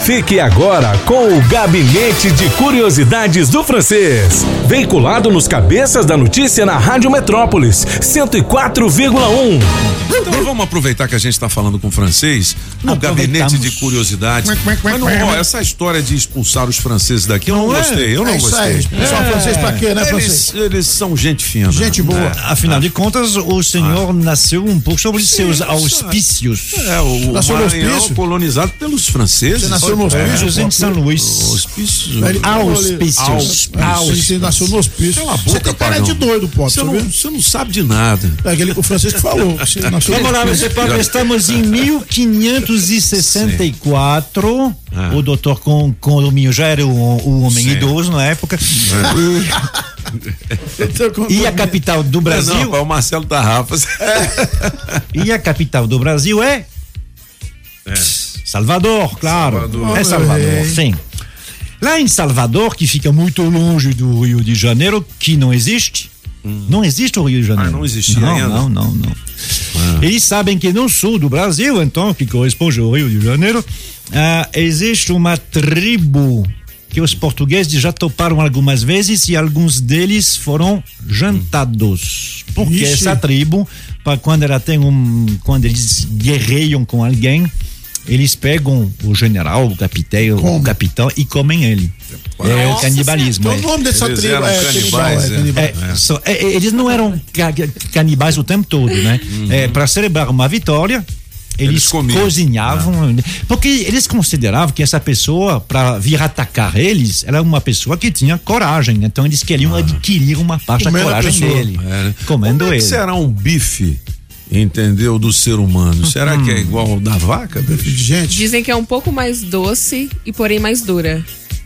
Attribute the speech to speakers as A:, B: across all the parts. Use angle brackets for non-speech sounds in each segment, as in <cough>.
A: Fique agora com o Gabinete de Curiosidades do Francês. Veiculado nos cabeças da notícia na Rádio Metrópolis 104,1.
B: Então vamos aproveitar que a gente está falando com o francês no gabinete de curiosidades.
C: é
B: Mas não, ó, essa história de expulsar os franceses daqui, eu não,
C: né? Não é?
B: gostei, eu não
C: É isso aí.
B: gostei.
C: Expulsar o francês pra quê, né,
B: Eles,
C: francês?
B: eles são gente fina. né?
C: Gente boa.
B: É.
D: Afinal de contas, o senhor
B: Ah.
D: nasceu um pouco sobre seus auspícios.
B: É, o
C: Nasceu no
B: Maranhão
C: hospício?
B: colonizado pelos franceses.
C: Você nasceu no
D: É,
C: hospício?
D: José de São Luís.
B: Hospício.
C: Ele-
D: Auspícios.
C: Você você Ah, nasceu no hospício.
B: Cala a boca,
C: Você tem
B: é
C: cara
B: pagão.
C: de doido, tá pô.
B: Você
C: Você
B: não,
C: viu?
B: você não sabe de nada.
C: É aquele que o francês que falou. Você nasceu no
D: Vamos lá,
C: hospício.
D: você Paulo, estamos em 1564. O doutor Com- Condomínio já era um, um homem
B: É. Sim. É.
D: idoso na época. E, e a capital do
B: Não,
D: Brasil.
B: rapaz, o Marcelo tá Tarrafas.
D: E a capital do Brasil é? Salvador, claro.
B: É. Salvador. né?
D: É Salvador, sim. Lá em Salvador, que fica muito longe do Rio de Janeiro, que não existe. Não existe o Rio de Janeiro.
B: Hum. Ah, não existia
D: não,
B: ainda. Ah.
D: Não, não, não. Eles sabem que no sul do Brasil, então, que corresponde ao Rio de Janeiro, ah, existe uma tribo que os portugueses já toparam algumas vezes e alguns deles foram
B: Hum.
D: jantados. Porque
C: Ixi.
D: essa tribo, para quando ela tem um, quando eles guerreiam com alguém, eles pegam o general, o capitão, o
C: Come.
D: capitão e comem ele. é o
E: Nossa
D: canibalismo.
C: Então,
D: é.
C: o nome dessa
B: Eles
C: tribo
B: eram
C: é
B: canibais,
C: canibal,
B: é.
C: é canibal.
D: É, só- é, é, eles não eram ca- ca- canibais o tempo todo, né? Para celebrar uma vitória, eles,
B: Uhum. Eles comiam. né?
D: cozinhavam. Porque eles consideravam que essa pessoa, para vir atacar eles, era uma pessoa que tinha coragem. Então eles queriam adquirir uma parte
C: Comendo
D: da
C: a
D: coragem
C: pessoa.
D: dele.
B: Ah. É, né?
D: Comendo
B: Como é
D: ele.
B: que será um bife, entendeu, do ser humano? Será
D: Hum.
B: que é igual ao da vaca? bicho?
C: Gente,
E: Dizem que é um pouco mais doce e porém mais dura.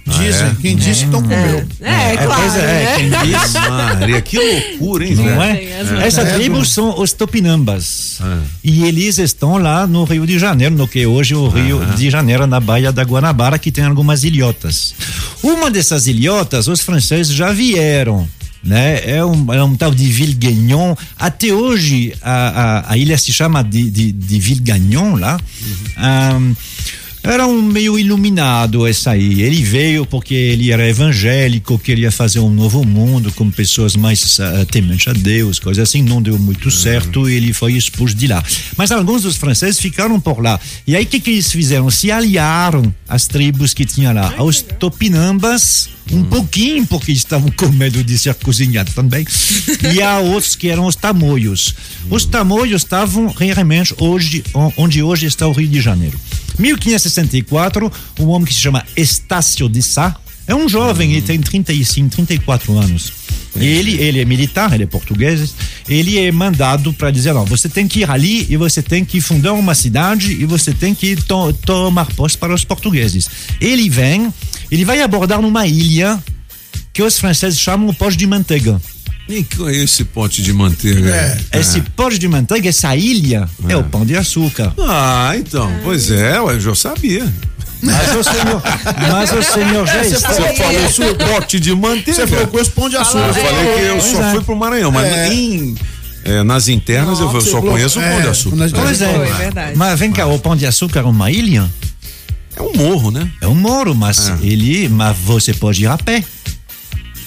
C: dizem. Quem disse que não comeu.
E: É,
D: É, pois é, quem diz,
B: Maria, que loucura, hein, velho?
D: não é?
E: Tem as
D: Essa tribo são os topinambas. E eles estão lá no Rio de Janeiro, no que é hoje o Rio de Janeiro, na Baía da Guanabara, que tem algumas ilhotas. Uma dessas ilhotas, os franceses já vieram. Né? É, um, é um tal de Villegagnon. Até hoje, a, a, a ilha se chama de, de, de Villegagnon, lá. Ah, era um meio iluminado essa aí. Ele veio porque ele era evangélico, queria fazer um novo mundo com pessoas mais ah, tementes a Deus, coisa assim. Não deu muito certo e ele foi expulso de lá. Mas alguns dos franceses ficaram por lá. E aí o que, que eles fizeram? Se aliaram às tribos que tinha lá, aos topinambas, um pouquinho, porque eles estavam com medo de ser cozinhados também, e a outros que eram os tamoios. Os tamoios estavam realmente hoje, on- onde hoje está o Rio de Janeiro. 1564, um homem que se chama Estácio de Sá. É um jovem, ele tem 35, 34 anos. E ele, ele é militar, ele é português. Ele é mandado para dizer: não, você tem que ir ali e você tem que fundar uma cidade e você tem que to- tomar posse para os portugueses. Ele vem, ele vai abordar numa ilha que os franceses chamam o Poço de Manteiga.
B: Nem que é esse pote de manteiga.
D: É.
B: aí?
D: Esse Poço de Manteiga, essa ilha, é o Pão de Açúcar.
B: Ah, então, pois é, ué, eu já sabia.
D: Mas o senhor, mas o senhor já está.
B: Você falou sobre pote de manteiga.
C: Você falou com esse pão de
B: Eu
C: açúcar.
B: falei que eu
D: Pois
B: só
D: é.
B: fui pro Maranhão, mas
C: É.
B: em- é, nas internas eu só conheço o pão de açúcar.
D: Pois é.
E: Foi, verdade.
D: Mas vem cá, o Pão de Açúcar é uma ilha?
B: É um morro, né?
D: É um moro, mas ele, mas você pode ir a pé.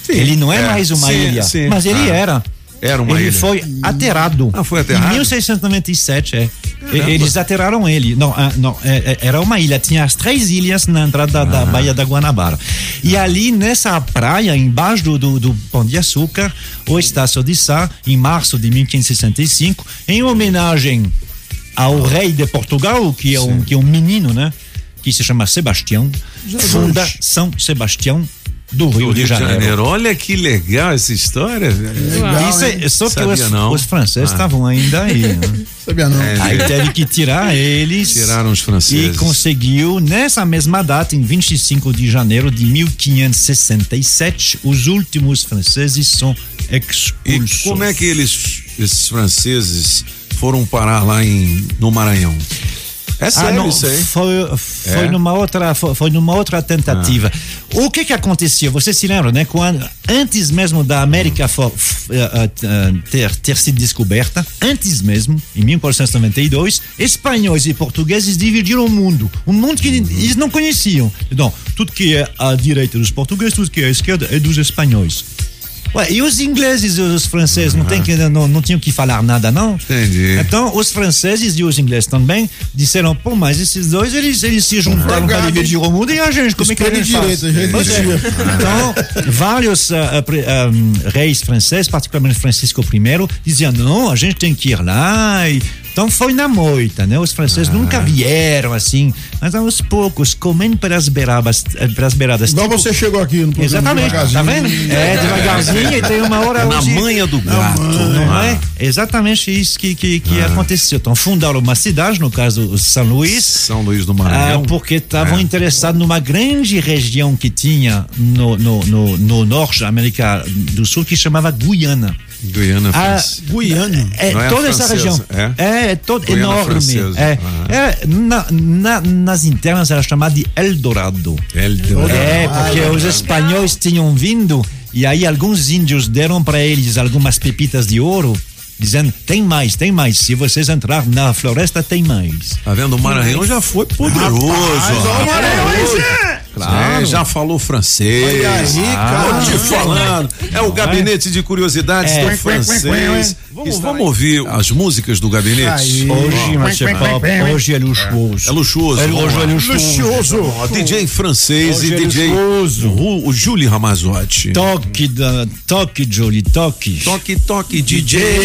B: Sim.
D: Ele não é, mais uma
B: sim,
D: ilha,
B: sim.
D: mas ele
B: Ah,
D: era.
B: Era uma
D: ele
B: ilha.
D: foi aterrado.
B: Ah, foi aterrado?
D: Em 1697, é.
B: Caramba.
D: Eles ateraram ele. Não, ah, não, é, é, era uma ilha. Tinha as três ilhas na entrada
B: Ah.
D: da Baía da Guanabara. E ali nessa praia, embaixo do, do, do Pão de Açúcar, o Estácio de Sá, em março de 1565, em homenagem ao rei de Portugal, que é um, que é um menino, né? Que se chama Sebastião, funda São Sebastião do Rio,
B: Rio
D: de Janeiro.
B: Olha que legal essa história, velho.
D: Isso é, só que
B: Sabia
D: os,
B: não. Ah.
D: os franceses estavam ainda aí.
B: <laughs>
D: né?
C: Sabia não.
B: É.
D: aí teve que tirar eles.
B: Tiraram os franceses.
D: E conseguiu, nessa mesma data, em 25 de janeiro de 1567, os últimos franceses são
B: E
D: expulsos.
B: como é que eles, esses franceses, foram parar lá em, no Maranhão?
D: Ah,
B: É sério isso aí?
D: Foi, foi
B: É? Ah.
D: numa outra, foi, foi numa outra tentativa. O que que acontecia? Você se lembra, né? Quando, antes mesmo da América fo- f- eh, eh, eh, ter, ter sido descoberta, antes mesmo, em 1492, espanhóis e portugueses dividiram o mundo. Um mundo que eles não conheciam. Então, tudo que é à direita dos portugueses, tudo que é à esquerda é dos espanhóis. Ué, e os ingleses e os franceses não, tem que, não, não tinham que falar nada, não?
B: Ah. Entendi.
D: Então, os franceses e os ingleses também disseram, pô, mas esses dois, eles, eles se juntaram para
C: Obrigado,
D: dividir o mundo e a gente, como é que a
C: Esquerda e
D: gente faz?
C: direita, já
D: Pois é.
C: existia.
D: Então, vários ah, ah, pre- ah, reis franceses, particularmente Francisco I, diziam, não, a gente tem que ir lá e... Então foi na moita, né? Os franceses
C: Ah.
D: nunca vieram assim, mas aos poucos, comendo pelas beirabas, eh, pelas beiradas.
C: Igual
D: tipo-
C: você chegou aqui no programa
D: Exatamente, tá
C: devagarzinho.
D: vendo? É, devagarzinho e tem uma hora
B: É Na
D: hoje-
B: manha do gato.
D: não
B: Ah.
D: é? Exatamente isso que, que, que aconteceu. Então, fundaram uma cidade, no caso São Luís,
B: São Luís do
D: ah,
B: Maranhão.
D: porque estavam
B: É.
D: interessados numa grande região que tinha no, no, no, no norte da América do Sul, que chamava Guiana.
B: Guiana
D: Ah,
B: França.
C: Guiana.
D: É,
B: Não é a
D: toda essa
B: francesa,
D: região.
B: é?
D: É, é todo
B: Guiana
D: enorme.
B: Francesa. Ah.
D: É,
B: Aham.
D: é, na, na- nas internas era chamada de Eldorado.
B: El Dorado.
D: É, porque os espanhóis tinham vindo e aí alguns índios deram para eles algumas pepitas de ouro, dizendo: tem mais, tem mais. Se vocês entrar na floresta, tem mais.
B: Tá vendo? O Maranhão já foi poderoso. ó. Claro. É, já falou francês. Ah,
C: Olha aí, cara.
B: Tô te falando. É o gabinete de curiosidades
D: É.
B: do francês. Vamos,
D: vai.
B: ouvir as músicas do gabinete?
C: Aí.
D: Hoje, Monsieur Pop, hoje é luxuoso.
B: É luxuoso.
D: Hoje é luxuoso.
C: Luxuoso.
B: Ó, DJ francês
D: Hoje
B: e
D: é
B: DJ
D: luxuoso. Então,
B: Ru- o Julie Ramazotti.
D: Toque, da, toque, Jolie, toque.
B: Toque, toque,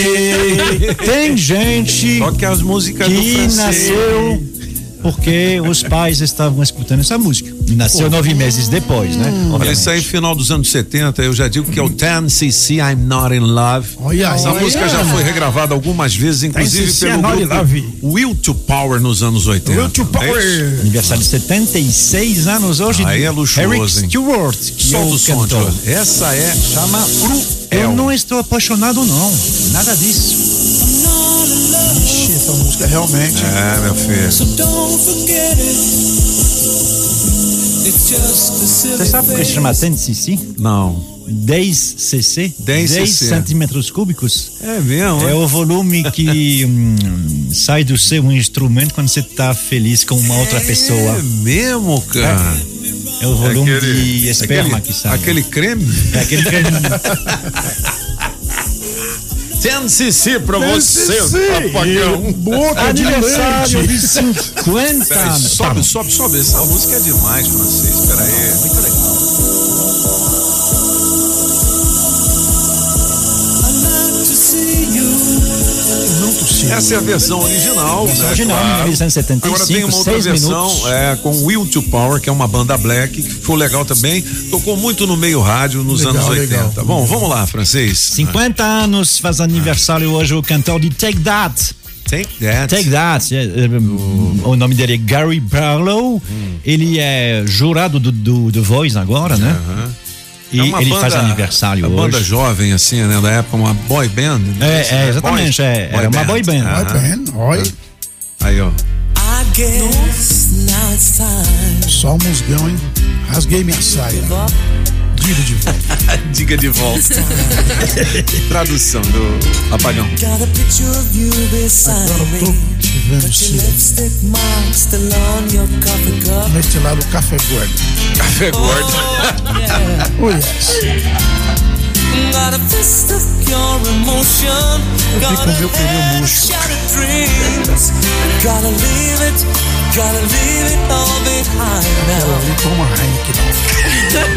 B: DJ.
D: Tem gente
B: Toque as músicas do
D: que
B: francês.
D: nasceu porque os pais estavam escutando essa música. E Nasceu nove meses depois, né?
B: Olha, isso aí, final dos anos 70, eu já digo que é o 10cc I'm Not in Love.
C: Olha aí.
B: Essa música já foi regravada algumas vezes,
D: Tá
B: inclusive
C: 10cc
B: pelo
C: I'm Not in Love.
B: grupo Will to Power nos anos É 80.
C: Will to power.
D: Aniversário de 76 anos hoje.
B: Aí
D: de
B: é luxuoso,
D: Eric
B: hein?
D: Stewart, que é
B: Sol do
D: o
B: som,
D: cantor.
B: Jorge. Essa é
D: Chama
B: Cruel.
D: Eu não estou apaixonado, não. Nada disso.
C: Ixi, essa música realmente.
B: É, meu filho.
D: Você sabe por que chama 10 cc?
B: Não.
D: 10 cc?
B: 10 cc.
D: centímetros cúbicos?
B: É mesmo?
D: É o volume
B: <laughs>
D: que hum, sai do seu instrumento quando você está feliz com uma outra
B: É
D: pessoa.
B: mesmo, cara.
D: É o volume
B: Aquele-
D: de esperma
B: aquele-
D: que sai.
B: Aquele creme? <laughs>
D: É aquele creme.
B: 10cc pra você, papagão. é
D: <laughs>
C: Boca de leite.
D: Aniversário de 50
B: Peraí,
D: anos.
B: sobe, sobe, sobe. Essa música é demais, francês. Peraí, é muito legal.
C: Não tossindo.
B: Essa é a versão original. né?
D: original,
B: Claro.
D: 1975,
B: Agora tem uma outra
D: seis minutos.
B: versão é, com Will to Power, que é uma banda black, que ficou legal também. Tocou muito no meio rádio nos
C: Legal,
B: anos 80.
C: legal.
B: Bom, vamos lá, francês.
D: 50 anos faz aniversário hoje o cantor de Take That.
B: Take that.
D: Take That, é, é, o nome dele é Gary Barlow.
B: Hum.
D: Ele é jurado do, do The Voice agora, né? E
B: É uma
D: ele
B: banda- é
D: faz aniversário
B: uma
D: hoje.
B: banda jovem, assim, né? Da época, uma boy band. né?
D: É, é, exatamente,
B: Boy-
D: é, era uma boy band.
C: Vai,
B: Aham.
C: Ben, Olha,
B: Aí, ó.
F: I guess now it's time.
C: só um musgão, hein? Rasguei minha saia. Digo de volta.
B: Diga de volta. Tradução do apagão.
F: Got a picture of you beside
C: Agora eu tô
F: me.
C: te vendo,
F: But your
C: Cid.
F: lipstick mark still on your coffee cup.
C: Neste lado, o café gordo.
B: Café gordo.
F: Oh, yeah.
C: Oh, yes.
F: Got a fist of your emotion. Got
C: fico
F: a
C: meu pneu
F: head
C: murcho.
F: shot of dreams. Gotta leave it. Gotta leave it all behind
C: Ela
F: now.
C: não toma Heineken, não.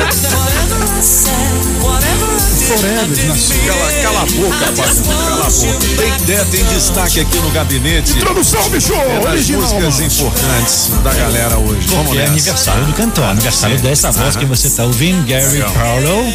F: Whatever I said, whatever I did, I
C: Forever,
F: didn't
C: nasceu.
F: mean
B: Cala,
F: it.
B: cala a boca,
F: I
B: rapaz.
F: just
B: Cala a
F: want you
B: boca. Take
F: back.
B: That em destaque aqui no gabinete.
C: Tradução, bicho!
B: É das
C: Original.
B: músicas
C: mano.
B: importantes da galera hoje. Vamos
D: Que é
B: nessa.
D: tá aniversário do cantor, aniversário dessa voz que você está ouvindo, Gary
B: Legal.
D: Barlow.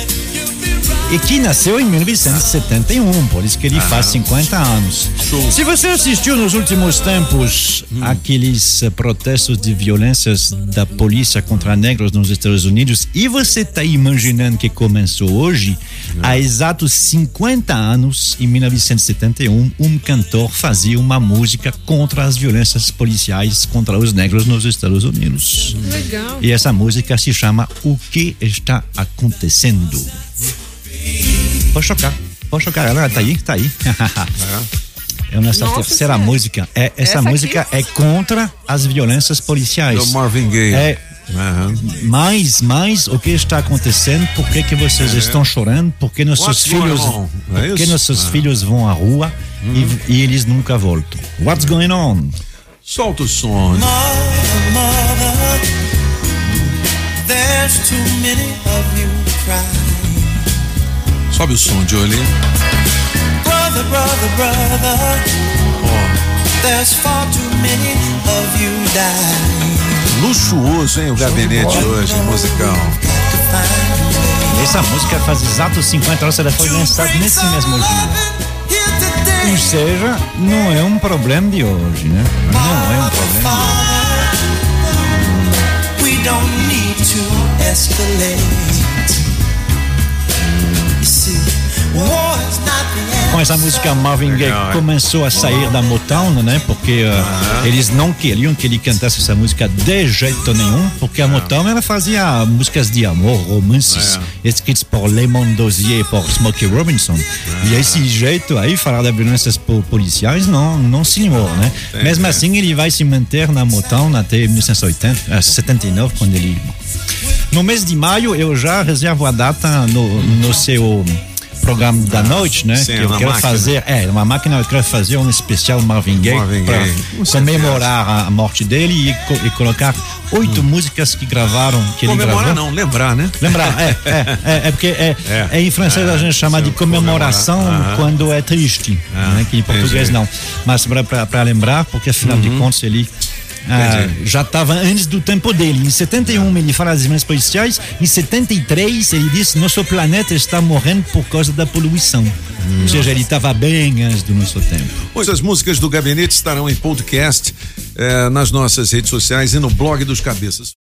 D: e que nasceu em 1971, por isso que ele faz 50 anos. Se você assistiu nos últimos tempos aqueles eh, protestos de violências da polícia contra negros nos Estados Unidos e você está imaginando que começou hoje, há exatos 50 anos, em 1971, um cantor fazia uma música contra as violências policiais contra os negros nos Estados Unidos.
E: Legal.
D: E essa música se chama O que está acontecendo? Pode chocar, pode chocar. Ela tá aí, tá aí. <laughs> É nossa
E: Nossa
D: terceira
E: Senhora.
D: música. É, essa,
E: Essa aqui-
D: música é contra as violências policiais.
B: Do Marvin Gaye.
D: É.
B: Aham.
D: Mas, mas, o que está acontecendo? Por que, que vocês estão chorando? Por que nossos
B: É. What's going
D: filhos,
B: on? Não é
D: por que
B: isso? Hum.
D: nossos filhos vão à rua e, e eles nunca voltam? What's going on?
B: Solta o som. né?
F: Mother, mother, there's too many of you crying.
B: Sobe o som, Jolie.
F: Brother, brother, brother,
B: Ó,
F: there's far too many of you dying
B: luxuoso, hein, o gabinete hoje, musical.
F: to find a way.
D: Essa música faz exatos 50 anos, ela foi
F: To
D: lançada
F: bring
D: nesse
F: some
D: mesmo dia.
F: loving here
D: Ou
F: today.
D: seja, não é um problema de hoje, né? Não é um problema.
F: Father, We don't need to escalate. You see, war is not the answer.
D: Com essa música Marvin Gaye
B: Legal, é.
D: começou a sair da Motown, né? Porque uh, eles não queriam que ele cantasse essa música de jeito nenhum, porque a Motown ela fazia músicas de amor, romances, escritos por Lemon Dozier e por Smokey Robinson. E esse jeito aí, falar de violências po- policiais, não, não se animou, né? Mesmo assim, ele vai se manter na Motown até 1980, eh, 79, quando ele... No mês de maio, eu já reservo a data no, no seu programa da noite, né?
B: Ah, Sim,
D: que eu
B: na
D: quero
B: máquina.
D: fazer, é, uma máquina, eu quero fazer um especial Marvin Gaye
B: Marvin Gaye, com
D: para comemorar a- a morte dele e, co- e colocar oito músicas que gravaram, que ele
B: Hum. Comemora
D: gravou.
B: não, lembrar, né?
D: Lembrar, é, é, é, é porque é,
B: É.
D: é em francês a gente chama de comemoração
B: comemorar.
D: quando é triste, né, que em português
B: Ah, entendi. Uhum.
D: não. Mas para lembrar, porque afinal de contas ele ah,
B: Entendi.
D: já estava antes do tempo dele. Em
B: É.
D: 71 ele fala das imagens policiais, em 73 ele diz nosso planeta está morrendo por causa da poluição. Ou seja, ele estava bem antes do nosso tempo.
B: Pois as músicas do gabinete estarão em podcast, eh, nas nossas redes sociais e no blog dos cabeças.